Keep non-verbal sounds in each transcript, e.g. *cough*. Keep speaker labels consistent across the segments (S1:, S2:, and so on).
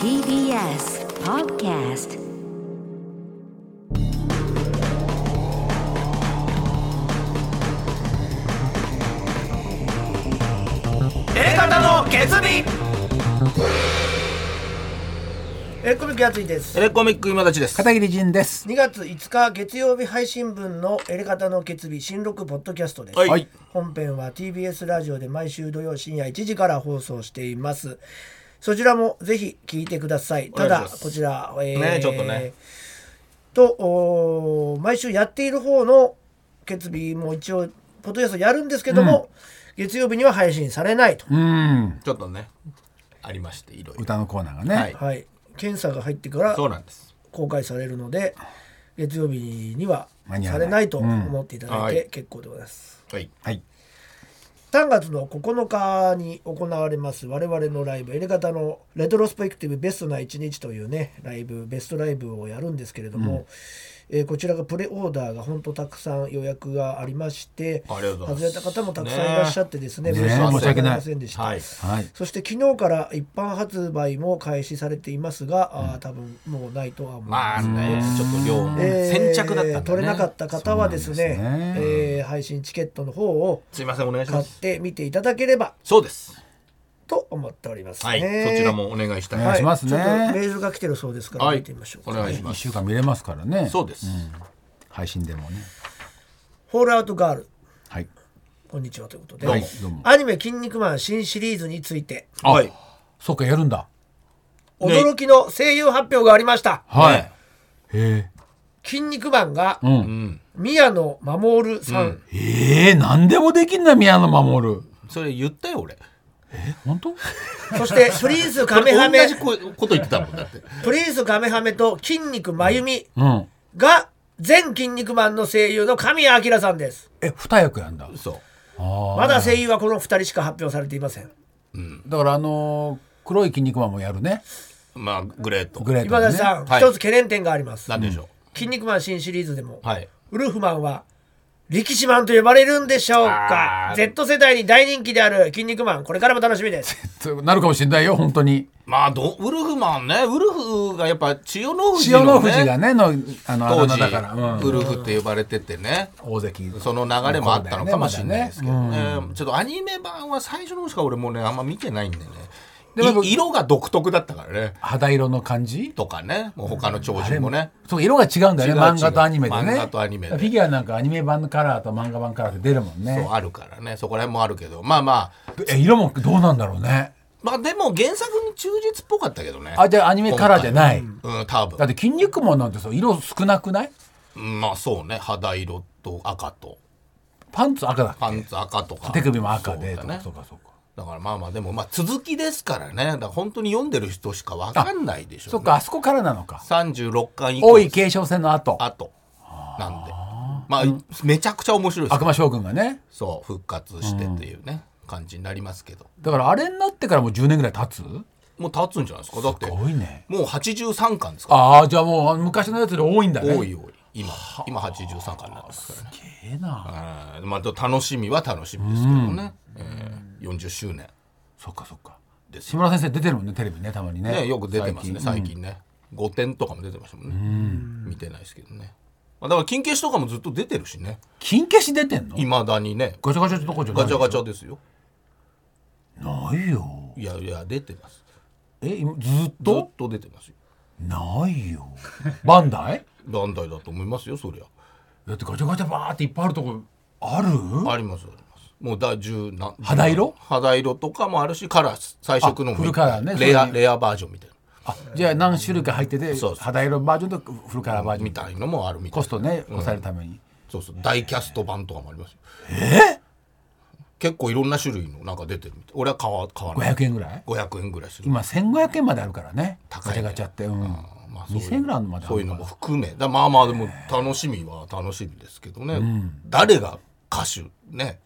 S1: TBS Podcast
S2: 方の決意
S3: えコミックやついです
S2: エレコミック今立ちです
S4: 片桐仁です。
S3: 2月5日月曜日配信分の「エレカタの決日」新録ポッドキャストです、
S2: はい
S4: はい
S3: 本編は TBS ラジオで毎週土曜深夜1時から放送していますそちらもぜひ聞いてくださいた
S2: お願
S3: だ
S2: いします
S3: こちら、え
S2: ねちょっとね
S3: とおー毎週やっている方の決日も一応ポッドキャストやるんですけども、月曜日には配信されないと、
S4: うん。
S2: ちょっとねありましていろいろ
S4: 歌のコーナーがね。
S2: はい
S3: はい、検査が入ってから
S2: そうなんです
S3: 公開されるので月曜日には
S4: 間に合
S3: さ
S4: わな
S3: れ
S4: い
S3: ないと思っていただい
S2: は
S3: て
S2: い
S3: 結構でございます。
S2: はい
S4: はい。
S3: 3月の9日に行われます我々のライブ「エレガタのレトロスペクティブベストな1日」というねライブベストライブをやるんですけれども、えーこちらがプレオーダーが本当たくさん予約がありまして
S2: ありがとうございま
S3: 外
S2: す
S3: れた方もたくさんいらっしゃってですね
S4: ね
S3: 申し
S4: 申し
S3: 訳
S4: 訳
S3: ござ
S4: ない
S3: いませんでした。
S2: はい
S4: はい。
S3: そして昨日から一般発売も開始されていますが、あー多分もうないとは思います
S2: まあねちょっと量も
S3: え
S2: 先
S3: ー
S2: 着だったんだね
S3: 取れなかった方はですね
S4: そうなんですね
S3: えー配信チケットの方を
S2: すいませんお願いしま
S3: 買っ
S2: す
S3: てみていただければ
S2: そうです
S3: と思っておりますね、
S2: はいそちらもお願いした
S4: お願い
S2: い
S4: しますね
S3: はいちょっとメールが来てるそうですから
S2: はい
S3: 見てみましょうか、
S2: お願いしま
S4: 一
S2: す
S4: 週間見れますからね。
S2: そうです
S4: ん配信でもね。
S3: ホールアウトガール
S4: はい。
S3: こんにちはということで、
S2: どうも
S4: はい。どうも。
S3: アニメ「筋肉マン」新シリーズについて
S2: はい
S4: そうかやるんだ。
S3: 驚きの声優発表がありました
S4: はい。
S2: ね
S4: へ
S3: 「筋肉マン」が
S4: え。う。
S2: うんん
S3: 宮野真守さん、
S4: ええ、何でもできんな宮野守る。
S2: それ言ったよ俺
S4: え、本当？
S3: そ
S2: *laughs*
S3: してプリンスカ
S2: 同
S3: メハメ
S2: じこと言ってたもんだって
S3: プリンスカメハメと筋肉まゆみ
S4: うん。
S3: が全筋肉マンの声優の神谷明さんです
S4: え、二役やんだ。
S2: そう
S4: ああ。
S3: まだ声優はこの2人しか発表されていません
S4: だからあのー黒い筋肉マンもやるね。
S2: まあグレート
S4: グレート
S3: 今
S4: の
S3: 田
S4: ね。
S3: さん、
S2: はい
S3: 一つ懸念点があります
S2: なんでしょ
S3: 筋肉マン新シリーズでも、
S2: うはい
S3: ウルフマンは力士マンと呼ばれるんでしょうか
S2: あー
S3: Z 世代に大人気である筋肉マンこれからも楽しみです
S4: そうなるかもしれないよ本当に。
S2: まあどウルフマンねウルフがやっぱ千代の富士
S4: 塩
S2: のね
S4: の富士がねのあの
S2: 当
S4: あだ
S2: 時
S4: 名だから。うん
S2: ウルフって呼ばれててね
S4: 大関。
S2: その流れもあったのかもしれないですけどねちょっとアニメ版は最初の方しか俺もねあんま見てないんでね
S4: でも
S2: い色が独特だったからね
S4: 肌色の感じ
S2: とかねもう他の長寿もね
S4: そう色が違うん
S2: 違
S4: だよね
S2: う違う
S4: 漫画とアニメでね
S2: 漫画とアニメで
S4: フィギュアなんかアニメ版のカラーと漫画版カラーって出るもん
S2: そう
S4: ね
S2: あるからねそこら辺もあるけどまあまあ
S4: え色もどうなんだろうね
S2: まあでも原作に忠実っぽかったけどね
S4: あじゃあアニメカラーじゃない、
S2: うん多
S4: だっ
S2: 分
S4: て「筋肉マン」なんてさ色少なくない
S2: うんまあそうね肌色と赤と
S4: パンツ赤だ
S2: パンツ赤とか
S4: 手首も赤で
S2: そ
S4: と
S2: う
S4: か
S2: だ
S4: そう,、
S2: ね
S4: かそうか
S2: だからまあまあでもまあ続きですからねだから本当に読んでる人しかわかんないでしょ
S4: そうっ
S2: ね
S4: かあそこからなのか
S2: 36巻以降
S4: 王位継承戦の後
S2: 後なんでまあ、めちゃくちゃ面白いです
S4: 悪魔将軍がね
S2: そう復活してっていうね、感じになりますけど
S4: だからあれになってからもう10年ぐらい経つす
S2: もう経つんじゃないですかだって
S4: ごいね
S2: もう83巻ですか
S4: ああじゃあもうあの昔のやつで多いんだ
S2: ら、
S4: ね
S2: 多い多い今今83巻になってますからね
S4: ええな
S2: あーまあ楽しみは楽しみですけどね、えー40周年
S4: そっかそっか
S2: です
S4: 志村先生出てるもんねテレビねたまにね
S2: ね、よく出てますね
S4: 最
S2: 最
S4: 近
S2: 近ね、五5点とかも出てましたもんね、見てないですけどねまあだから金消しとかもずっと出てるしね
S4: 金消し出てんの
S2: いまだにね
S4: ガチャガチャってとこじゃない
S2: ガチャガチャですよ
S4: ないよ
S2: いやいや出てます
S4: え今ずっ
S2: ず
S4: と
S2: っと出てますよ
S4: ないよ *laughs* バンダイ
S2: 団体だと思いますよそりゃ
S4: だってガチャガチャバーっていっぱいあるとこある
S2: ありますありますもうだ十何
S4: 肌色
S2: 肌色とかもあるしカラー彩色の
S4: あ
S2: も
S4: フルカラーね
S2: レ
S4: そう
S2: ア
S4: いう
S2: レアバージョンみたい
S4: あじゃあ何種類か入ってて
S2: そうそう
S4: 肌色バージョンとフルカラーバ
S2: な
S4: ージョ
S2: み
S4: ン
S2: たいのもあるみたい
S4: コ
S2: な
S4: ストね抑えるために
S2: そうそう大キャスト版とかもありますよ結構いろんな種類のなんか出てるみたい俺は買わ買わない
S4: 500円ぐらい
S2: 500円ぐらいする
S4: 今1500円まであるからね
S2: 高
S4: ガ
S2: い
S4: チ
S2: ね
S4: ャガチャってうん
S2: まあそういう
S4: 2000円ぐらいまであ
S2: そういう
S4: る
S2: の
S4: の
S2: も
S4: か
S2: 含めだまあまあでも楽しみは楽しみですけどね、誰が歌手ね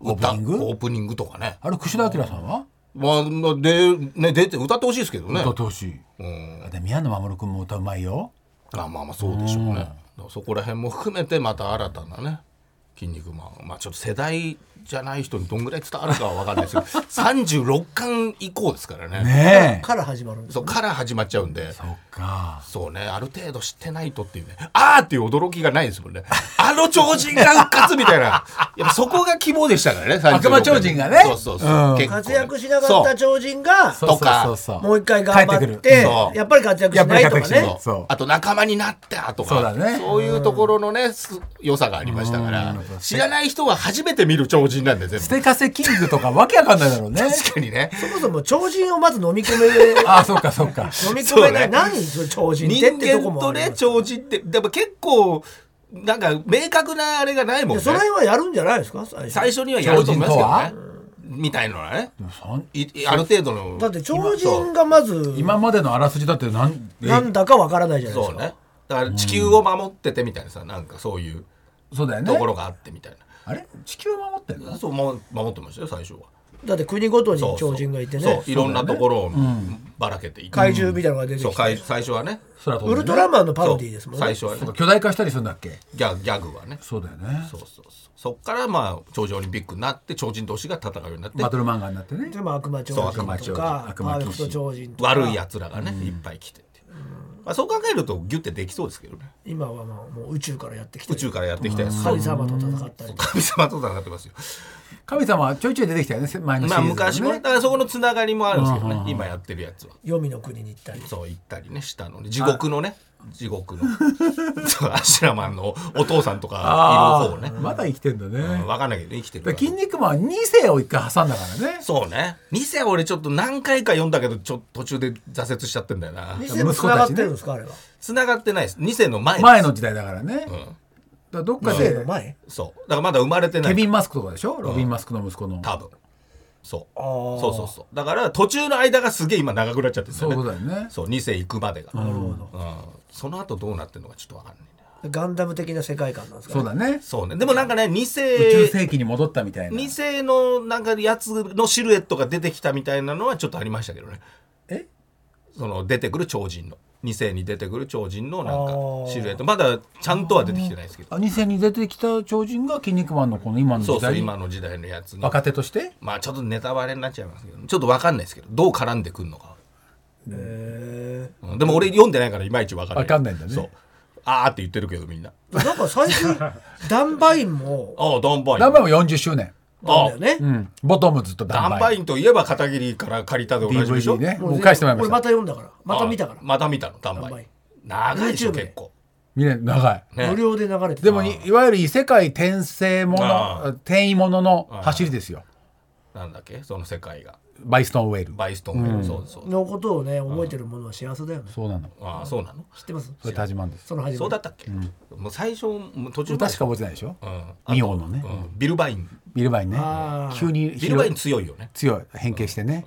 S4: オープニング
S2: 歌オープニングとかね
S4: あれ串田明さんは
S2: まあまあでね出て歌ってほしいですけどね
S4: 歌ってほしい
S2: うん
S4: あで宮野真守君も歌うまいよ
S2: あまあまあそうでしょうね、だからそこら辺も含めてまた新たなね筋肉マン、まあ、ちょっと世代じゃない人にどんぐらい伝わるかは分かんないですけど
S4: *laughs*
S2: 36巻以降ですからね
S4: ねえ。
S3: から始まるんです
S2: そうから始まっちゃうんで
S4: そっか。
S2: そうねある程度知ってないとっていうねあーっていう驚きがないですもんねあの超人が復活みたい
S4: *laughs*
S2: なやっぱそこが希望でしたからね
S4: 悪魔超人がね
S2: そうそうそう、
S4: う
S2: 結
S4: ん
S2: 構ね
S3: 活躍しなかった超人が
S4: そうそうそうそう。
S3: もう一回頑張
S4: 帰
S3: っ
S4: っててくる
S2: そう
S3: やっぱり活躍しないと
S4: やっぱ
S3: か
S4: り活躍しない
S3: ね
S2: そう
S4: そう
S2: あと仲間になったとか
S4: そうだね
S2: そういうところのね、す良さがありましたから
S4: うん
S2: 知らない人は初めて見る超人なんで全
S4: ス
S2: 部
S4: テカセキングとかわけわかんないだろうね。
S2: 確かにね
S3: そもそも超人をまず飲み込める
S4: ああ、そうかそうか。
S3: 飲み込めない、
S2: そうね
S3: 何それ超人って
S2: 人
S3: ってとこ
S2: 間
S3: も
S2: と
S3: ある
S2: ね超人ってでも結構なんか明確なあれがないもんね
S3: その辺はやるんじゃないですか最初
S2: 最初にはやると思いますけど
S4: 超
S2: ねみたいなのはね
S4: そん
S2: いいある程度の
S3: だって超
S2: そう
S3: 人がまず
S4: 今までのあらすじだってなん、え
S3: なんだかわからないじゃないで
S2: そ
S3: す
S2: う
S3: か
S2: ねだから地球を守っててみたいなさなんかそういう
S4: そうだよね。
S2: ところがあってみたいな
S4: あれ地球守ってんの
S2: そうもう守ってましたよ最初は
S3: だって国ごとに
S2: そうそう
S3: 超人がいて
S2: そ
S3: ね
S2: ういろんなところをばらけていく
S3: 怪獣みたいなのが出て
S2: そう
S3: き
S2: 最
S3: て
S2: 最初はね
S4: それは
S3: ウ
S4: 当然ね
S3: ルトラマンのパロディーですもん
S2: そう
S3: ね
S2: 最初はね
S4: そうか巨大化したりするんだっけ
S2: ギャギャグはね
S4: そうだよね。
S2: そうそうそうそっからまあ超人オリンピックになって超人同士が戦うようになって
S4: バトル漫画になってね
S3: で。も悪魔超
S2: そう
S3: 人
S2: 悪魔
S4: 超
S3: と
S4: 人
S3: か
S4: 悪
S3: パ
S4: 魔
S3: ー
S4: 騎
S3: フ
S4: 士
S3: ェクト超人とか
S2: 悪いやつらがねいっぱい来てってまあそう考えるとギュってできそうですけどね
S3: 今はもうもう宇宙からやってきて
S2: 宇宙からやってきたやつ
S3: 神様と戦ったりとか
S2: 神様と戦ってますよ
S4: 神様はちょいちょい出てきたよね、せ前のシ
S2: まあ
S4: リーズで
S2: 昔もねだからそこのつながりもあるんですけどね今やってるやつは
S3: 黄泉の国に行ったり
S2: そう行ったりねしたのね地獄のね地獄のそうアシュラマンのお父さんとか
S4: あ
S2: いる方をね
S4: あ、まだ生きてんだね。
S2: うんわかんないけど生きてる
S4: だか
S2: からら
S4: 筋肉マンは2世を一回挟んだからね。
S2: そうね店は俺ちょっと何回か読んだけどちょっと途中で挫折しちゃってんだよな
S3: 二世も繋がってるんですかあれは
S2: 繋がってないです2世の前です
S4: 前の時代だからね。だ
S2: う
S4: か
S2: ん
S4: らどっか
S3: 二世
S4: で
S3: の、前
S2: そうだからまだ生まれてな
S4: ケビ
S2: い
S4: ン・マスクとかでしょロビン・マスクの息子の。
S2: 多分そう
S3: あー
S2: そうそうそうだから途中の間がすげえ今長くなっちゃってるんだ
S4: そ
S2: よ
S4: うい
S2: ね
S4: うことだよね。
S2: そう2世行くまでが
S4: なるほど。
S2: うん、その後どうなってるのかちょっとわかんないな
S3: ガンダム的な世界観なんですか
S4: そうだね。
S2: そうねでもなんかね2
S4: 宇宙
S2: 世
S4: 世紀に戻ったみたいな。
S2: 2世のなんかやつのシルエットが出てきたみたいなのはちょっとありましたけどね
S4: え
S2: その出てくる超人の2世に出てくる超人の
S3: あ
S2: なん
S3: ー
S2: かシルエットまだちゃんとは出てきてないですけど
S4: あ2世に出てきた超人が「筋肉マン」のこの今の
S2: そ
S4: 時
S2: うそう
S4: 代
S2: 今の時代のやつに
S4: 若手として
S2: まあちょっとネタバレになっちゃいますけどちょっとわかんないですけどどう絡んでくるのか、
S3: へ
S2: うんでも俺読んでないからいまいちわかんない
S4: わかんないんだね
S2: そうあーって言ってるけどみんな
S3: えなんか最近ダンバインも
S2: ああダンバイン
S4: ダンバインも40周年、
S3: なんだよね
S4: うん、ボトムズと
S2: ダ
S4: ダ
S2: ン
S4: ン
S2: バ
S4: バイ
S2: イ
S4: ン
S2: ンといえば片桐から借りたで同じでしょ、
S4: DVD ね
S3: もう
S4: もう返してもらいまし
S3: 俺
S4: た
S3: また読んだからまた見たから
S2: あまた見たのダンバイン
S3: ダンバイン
S2: 長いでしょ
S3: YouTube で
S2: 結構
S4: 見れ長い
S2: ね
S3: 無料で流れてた
S4: でもいいわゆる異世界転生も
S2: ああ
S4: の転移ものの走りですよ
S2: なんだっけその世界が
S4: バイストンウェイル
S2: バイストンウェル、そうそう
S3: のことをね覚えてるものは幸せだよね
S4: そうなの
S2: ああそうなの
S3: 知ってます
S4: それ田島です
S3: その始
S2: そ
S3: ま
S2: う
S3: り
S2: だったっけ、もう最初もう途中
S4: 確
S2: ま
S4: か
S2: で
S4: 覚えてないでしょ、
S2: うんあと
S4: ミオのね
S2: うんビルバイン
S4: ビルバインね
S3: ああ
S4: 急に
S2: ビルバイン
S4: 広い
S2: 強いよね
S4: 強い変形してね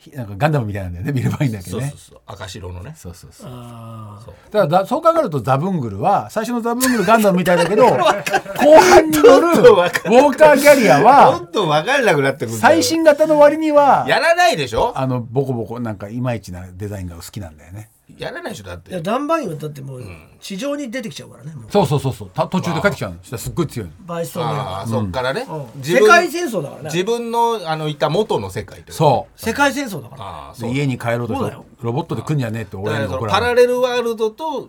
S4: ひなんかガンダムみたいなんだよねビルバインだけ
S2: そうそ
S4: ね
S2: うそう赤白のね
S4: そうそうそう
S3: あー
S4: ただだそう考えるとザブングルは最初のザブングルガンダムみたいだ
S2: *laughs*
S4: けど後半に乗るウ
S2: どんどんわかん
S4: ォーカーキャリア
S2: ど
S4: は
S2: んどん分かんなくなってくるんだよ
S4: 最新型の割には
S2: やらないでしょ
S4: あのボコボコなんかいまいちなデザインが好きなんだよね
S2: やらないでしょだっ
S3: いや
S2: て
S3: ダンバインはだってもう地上に出てきちゃうからねもう
S4: そうそうそうそうた途中で帰ってきちゃうのそしたらすっごい強いの
S3: バイストンウェル
S2: あ
S3: が
S2: あそっからね、
S3: うん
S2: 自
S3: 世
S2: 分
S3: 界戦争だから
S2: 自
S3: ね
S2: 分のあのいた元の世界ってこと
S4: そ
S3: 世界戦争だから
S2: ああ
S4: うで
S2: そう
S4: 家に帰ろうと
S3: そう
S4: し
S3: だよ
S4: ロボットで来んじゃねえって
S2: だか
S4: 俺
S2: ら
S4: に
S2: その
S4: 怒
S2: パ
S4: ら
S2: ラ
S4: れ
S2: レルワールドと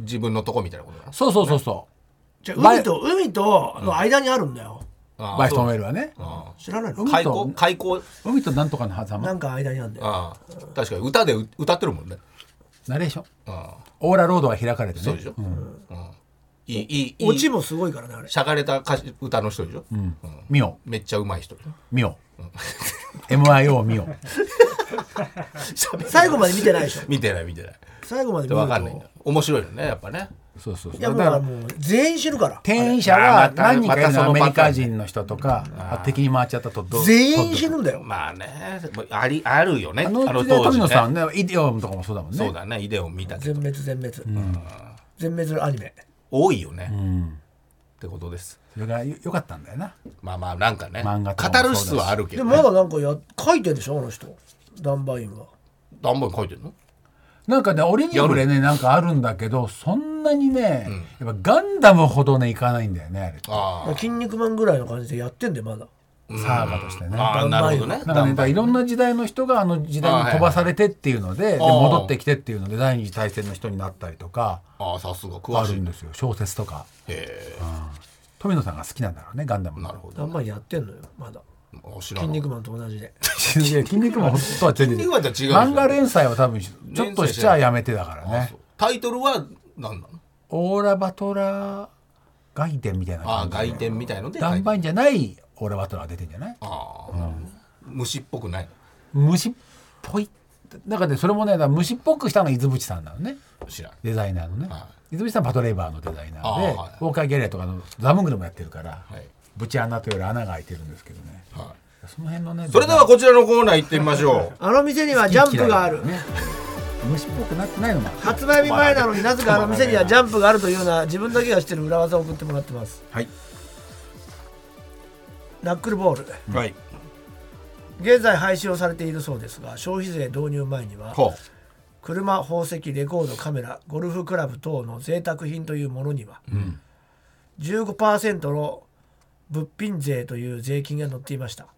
S2: 自分のとこみたいなことなの
S4: そうそうそうそ
S3: じゃあ海と海との間にあるんだよ
S2: あ
S4: う
S2: あ
S4: バイストンウ
S2: そう
S4: ェルはね
S2: あ
S3: 知らないの
S4: うん
S2: あ開口開口
S4: 海となんとかの狭
S3: な
S4: 間
S3: んか間にあるんだよ
S2: ああ確かに歌でう歌ってるもんね
S4: ナレーション
S2: ああ
S4: オーラロードは開かれて
S2: そうでし
S4: ね
S2: ょ、うんいいいいいい
S3: オチもすごいからねあれ
S2: しゃがれた歌詞歌の人でしょ、うん
S4: ミオ
S2: めっちゃうまい人
S4: ミオ MIO ミオ
S3: 最後まで見てないでしょ
S2: 見てない見てない
S3: 最後まで見る
S2: 分かんないん
S3: と
S2: だ面白いよねやっぱね
S4: そうそうそう
S3: いや
S4: だ
S3: もう
S4: から
S3: もう全員知るから
S4: 転移者
S2: あ
S4: が
S2: また
S4: 何人かいる
S2: また
S4: の
S2: そ
S4: ア
S2: の
S4: メ
S2: パ
S4: リ
S2: ターン
S4: カ人の人とかあ敵に回っちゃったとど
S3: 全員知るんだよ
S2: まあねありあるよね
S4: あの時代
S2: 時
S4: 富
S2: ね
S4: 野さんねイデオムとかもそうだもんね
S2: そうだねイデオン見たけ
S3: 全
S2: ど
S3: 滅全滅全滅のアニメ
S2: 多いよね、ってことです
S4: それがよ良かったんだよな
S2: まあまあなんかね
S4: 漫画と
S2: カ
S4: かも
S2: タルシスはあるけ
S3: で
S2: ど、
S3: も
S2: ね
S3: ま、だなんかや書いてんでしょあの人ダンバインは
S2: 何本書いてんの
S4: なんかね折に触れねなんかあるんだけどそんなにね、やっぱガンダムほどねいかないんだよねあ
S2: あ
S4: れ
S3: 筋肉マンぐらいの感じでやってんでまだ
S4: サーガとしてね。
S2: あああなるほどね
S4: なんかね、やっぱいろんな時代の人があの時代に飛ばされてっていうの
S2: は
S4: で,、で
S2: いはい
S4: 戻ってきてっていうので第二次大戦の人になったりとか
S2: ああさすが詳
S4: あ
S2: し
S4: る
S2: い
S4: ん
S2: ね
S4: ですよ小説とか
S2: へ
S4: 富野さんが好きなんだろうねガンダム
S2: え
S4: の
S2: なるほ
S3: あ
S2: ど
S3: んまりやってんのよまだ
S2: あ知ら
S3: 筋
S2: な
S3: 肉マンと同じで
S4: いや筋肉マンとは全
S2: 筋
S4: 然
S2: 肉マンとは違うでしょ
S4: 漫画連載は多分ちょっとしちゃやめてだから
S2: あ
S4: ね
S2: そうタイトルは何なの
S4: オーラバトラ外伝みたいな
S2: ああ
S4: 感じ
S2: 外伝みたいので
S4: ダンバインじゃないオーラバトラが出てんじゃない
S2: ああ、虫っぽくない
S4: 虫っぽいなんかねそれもねだから虫っぽくしたのは伊豆淵さんなのね
S2: の知らない
S4: デザイナーのね、
S2: は
S4: 伊豆淵さんはパトレーバーのデザイナ
S2: あ
S4: ーで
S2: ーはい
S4: ウォーカー・ゲレーとかのザムングルもやってるから、
S2: はい
S4: ブチ穴というより穴が開いてるんですけどね
S2: は
S4: その辺のね
S2: い、それではこちらのコーナー行ってみましょう
S3: あの店にはジャンプがある
S4: ね虫っぽくなってないのもある
S3: 発売日前なのになぜかあの店にはジャンプがあるというような自分だけが知ってる裏技を送ってもらってます
S2: はい
S3: ナックルボール
S2: はい
S3: 現在廃止をされているそうですが消費税導入前には
S2: ほ
S3: 車宝石レコードカメラゴルフクラブ等の贅沢品というものには、15%の物品税という税金が載っていましたと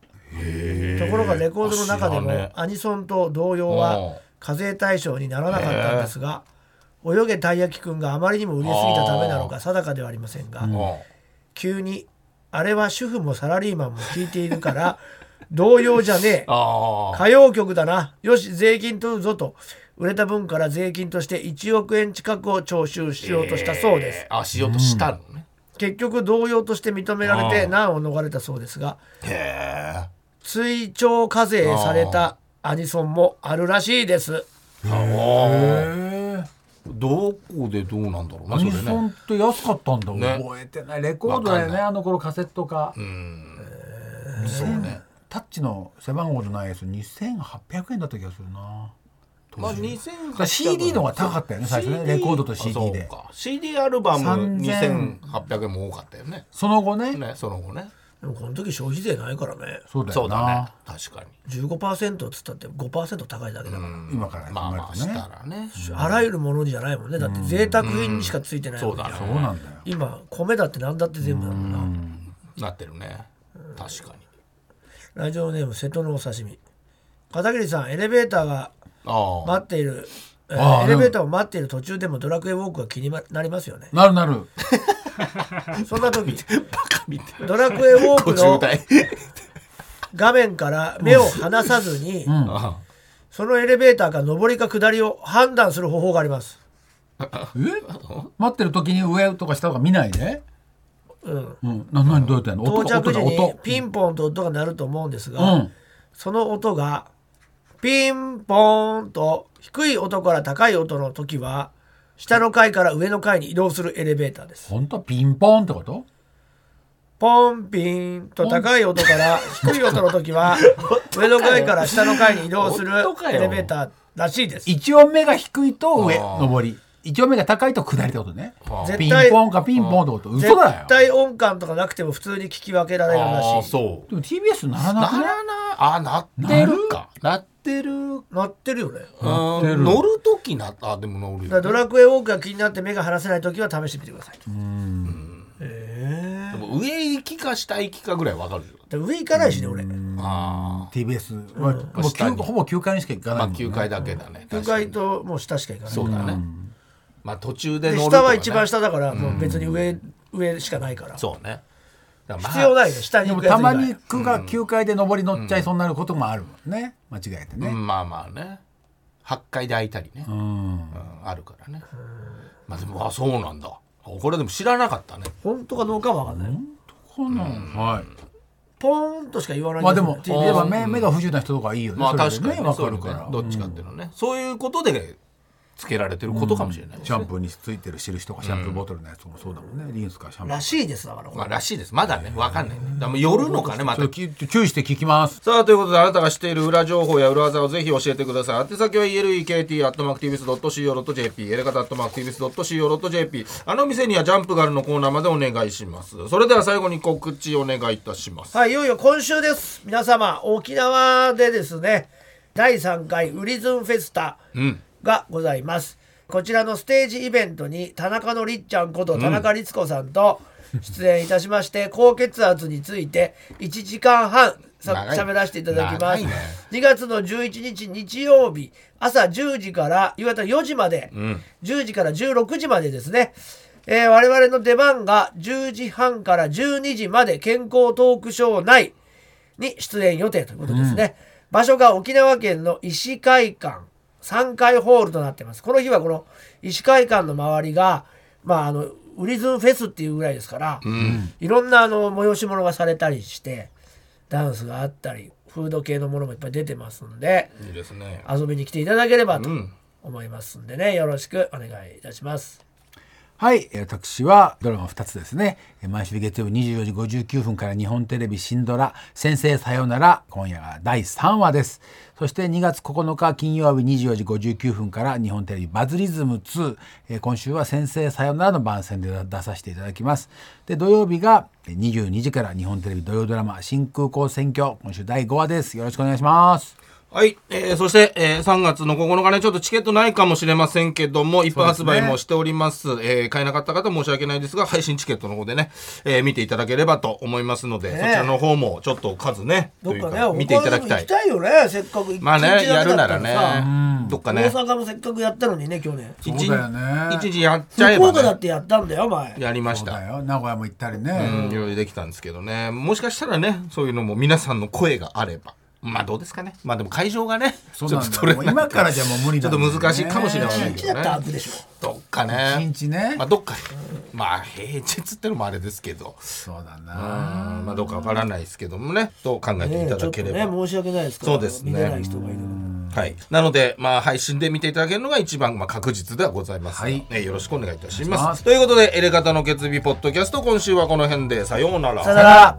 S3: ころがレコードの中で
S2: あ知らね
S3: も
S2: え
S3: アニソンと同様
S2: お
S3: は
S2: う
S3: 課税対象にならなかったんですが泳げたい焼きくんがあまりにも売りすぎたためなのか定かではありませんが、
S2: うほ
S3: 急にあれは主婦もサラリーマンも聞いているから同様じゃねえ
S2: うああ
S3: 歌謡曲だなよし税金取るぞと売れた分から税金として1億円近くを徴収しようとしたそうです、
S2: あしようとしたのね、
S3: 結局同様として認められ
S2: あ
S3: て
S2: ー
S3: 難を逃れたそうですが
S2: へ
S3: 追徴課税されたアニソンもあるらしいです
S2: えああ
S4: へー
S2: どこでどうなんだろうな
S4: ア
S2: それ
S4: ニソン
S2: ね
S4: って安かったんだ、
S2: ね
S4: 覚えてないレコードだよ
S2: わかん
S4: ね
S2: ない
S4: あの頃カセットか、
S2: そうね
S4: タッチの背番号のないやつ2800円だった気がするな
S2: まあ2000
S4: だから CD の方が高かったよね最初ねレコードと CD で
S2: あそうか CD アルバム
S4: 3000
S2: 2800円も多かったよね
S4: その後ね
S2: ねその後ね
S3: でもこの時消費税ないからね
S4: そうだ
S2: そ
S4: よ
S2: う
S4: な
S2: だね確かに
S3: 15%っつったって5%高いだけだから、
S4: 今から考えるとね、
S2: まあまあしたらね
S3: あらゆるものじゃないもんねだって贅沢品にしかついてない
S2: そ
S3: わ
S2: う
S3: け
S2: だ
S3: じゃん
S2: ね
S4: そうなんだよ
S3: 今米だって何だって全部だもんな
S2: なってるね確かに
S3: ラジオネーム瀬戸のお刺身片桐さんエレベーターが
S2: ああ
S3: 待っている、えー
S4: ああ
S3: エレベーターを待っている途中でもドラクエウォークが気になりますよね。
S4: なる
S2: *laughs*
S4: なる
S3: そんな
S4: *laughs*
S3: 時、
S2: バカみたい
S3: ドラクエウォー
S2: 途
S3: ク
S2: 中
S3: の *laughs*
S2: 退
S3: 画面から目を離さずに、
S2: あ
S3: そのエレベーターが上りか下りを判断する方法があります。
S4: え待ってる時に上とか下とか見ないで
S3: うん、
S4: うんな何どうやってやるの
S3: 到
S4: 音
S3: 着時
S4: 音だ
S3: に
S4: 音
S3: ピンポンと音が鳴ると思うんです
S4: う
S3: が、
S4: ん
S3: その音がピンポーンと低い音から高い音の時は下の階から上の階に移動するエレベーターです。
S4: 本当ピンポンってこと
S3: ポンピンと高い音から低い音の時は *laughs* 上の階から下の階に移動する
S2: 本当か
S3: エ
S2: よ
S3: レベーターらしいです
S4: 一音目が低いと上
S2: あー
S4: 上り一音目が高いと下りってことね
S2: あ
S3: 絶
S4: ピン
S3: 対
S4: ポンかピンポンってこと嘘だよ
S3: 絶対音感とかなくても普通に聞き分けられるら
S2: あ
S3: しい
S2: そう
S4: でも TBS ならな
S2: な
S4: く
S2: ら
S4: ね
S2: ないあなってるかなってる
S3: 鳴ってるよね
S2: あ
S4: ってる
S2: 乗るときなあでも乗るよ
S3: だからドラクエウォークが気になって目が離せない時は試してみてくださいえ
S2: でも上行きか下行きかぐらいわかるよ
S3: え上行かないしね俺9
S2: あ
S4: TBS はもう
S2: 下に
S4: 9ほぼ9階にしか行か
S2: あ
S4: な
S2: ま
S4: い
S2: あ
S4: もんね
S2: 9階だけだね確か
S3: 階
S2: に
S3: ともう下しか行かない
S2: そうだねまあ途中で
S3: で
S2: 乗ると
S3: 下
S2: か
S3: は
S2: ね
S3: 一番下だからもう別に上上しかないから
S2: そうねだからまあ
S3: 必要ないね下に
S4: で
S3: 行
S4: も
S3: くやつ
S4: た
S3: 以
S4: ま
S3: 外
S4: に9が9階で上り乗っちゃいそうになることもあるもんね間違えて
S2: う
S4: ね
S2: んまあまあね8階で開いたりね、うん
S4: うん
S2: あるからねまあでもあそうなんだこれでも知らなかったね
S3: 本当かどうかは分かんない
S4: こんなんはい
S3: ポーンとしか言わない
S4: まあ
S3: ん
S4: ですも
S3: よ
S4: やっぱ目目が不自由な人とかいいよね。
S2: まあ
S4: そ
S2: 確
S4: れで
S2: かにね
S4: わ
S2: そ
S4: か
S2: ういう
S4: る
S2: のね
S4: から。
S2: どっちかっていうのね、そういうことでつけられてることかもしれないです
S4: シャンプーについてる印とかシャンプーボトルのやつもそうだもんね。リンスかシャンプー。
S3: らしいですだからこ
S2: まあ
S3: れ
S2: らしいですまだねわかんないねでも寄るのかねま
S4: ち
S2: た
S4: ょっとき注意して聞きます。
S2: さあということであなたが知っている裏情報や裏技をぜひ教えてください宛先は elekt.mactvs.co.jp エレカタ .mactvs.co.jp あの店にはジャンプがあるのコーナーまでお願いしますそれでは最後に告知お願いいたします
S3: はいいよいよ今週です皆様沖縄でですね第3回ウリズンフェスタ
S2: うん
S3: がございます、こちらのステージイベントに田中のりっちゃんこと田中律子さんと出演いたしまして、高血圧について1時間半さ
S2: 長い
S3: 喋らせていただきま
S2: 長
S3: す、
S2: いね
S3: 2月の11日日曜日朝10時から夕方4時まで、10時から16時までですね、えー我々の出番が10時半から12時まで健康トークショー内に出演予定ということですね、場所が沖縄県の医師会館3階ホールとなってますこの日はこの医師会館の周りがまああのウリズンフェスっていうぐらいですから、いろんなあの催し物がされたりしてダンスがあったりフード系のものもいっぱい出てますんで
S2: いいですね。
S3: 遊びに来ていただければと
S2: うん
S3: 思いますんでね、よろしくお願いいたします。
S4: はい、えー私はドラマ2つですね。えー毎週月曜日24時59分から日本テレビ新ドラ「先生さようなら」今夜が第3話です。そして2月9日金曜日24時59分から日本テレビ「バズリズム2」えー今週は「先生さようなら」の番宣で出させていただきます。で土曜日がえー22時から日本テレビ土曜ドラマ「新空港選挙」今週第5話です。よろしくお願いします。
S2: はい、えーそして、えー3月の9日ね、ちょっとチケットないかもしれませんけども、一般発売もしております。えー買えなかった方申し訳ないですが、配信チケットの方でね、えー見ていただければと思いますので、そちらの方もちょっと数ね、
S3: ど
S2: と
S3: っ
S2: いう
S3: か
S2: か
S3: ね、
S2: 見ていただきた
S3: 他
S2: い
S3: にも行き。たいよね、せっかく一日
S2: まあね、や
S3: だけ
S2: るな
S3: だった
S2: ら
S3: らさ
S2: ね、どっかね、
S3: 大阪もせっかくやったのにね、去年。
S2: 一
S4: そうだよね
S2: 一時やっちゃえ
S3: 福岡
S2: ば、
S3: だっ
S2: ね、
S3: てやったんだよ、前。
S2: やりまし
S4: そう
S2: た。
S4: だよ名古屋も行ったりね。
S2: うん、いろいろできたんですけどね。もしかしたらね、そういうのも皆さんの声があれば。まあどうですかね。まあでも会場がね、
S4: そうなんだよ
S2: ちょっと取れなくて
S4: もう今からじゃもう無理だ
S2: ちょ
S4: もん
S2: っ
S4: ね
S2: と難しいかもしれません
S3: 一
S2: け
S3: 日
S2: ど
S3: だったらアッ
S2: ね。
S3: プでしょ。
S2: どっかね。
S4: 一日ね
S2: まあどっか、まあ平日ってのもあれですけど、
S4: そうだ
S2: うん
S4: な。
S2: まあどうかわからないですけどもね、と考えてい
S3: ね
S2: た
S3: ちょ
S2: だ
S3: っと
S2: けれ
S3: ね、
S2: ば。
S3: 申し訳ないですから、
S2: そうですね
S3: 見れない人がいるの
S2: はい。なので、まあ、配信で見ていただけるのが一番、まあ、確実ではございますが。
S4: はい
S2: えーよろしくお願いいたし
S4: お願いし
S2: ま
S4: ます
S2: す。ということで、エレガタの決日ポッドキャスト、今週はこの辺で、さようなら。
S3: さよなら。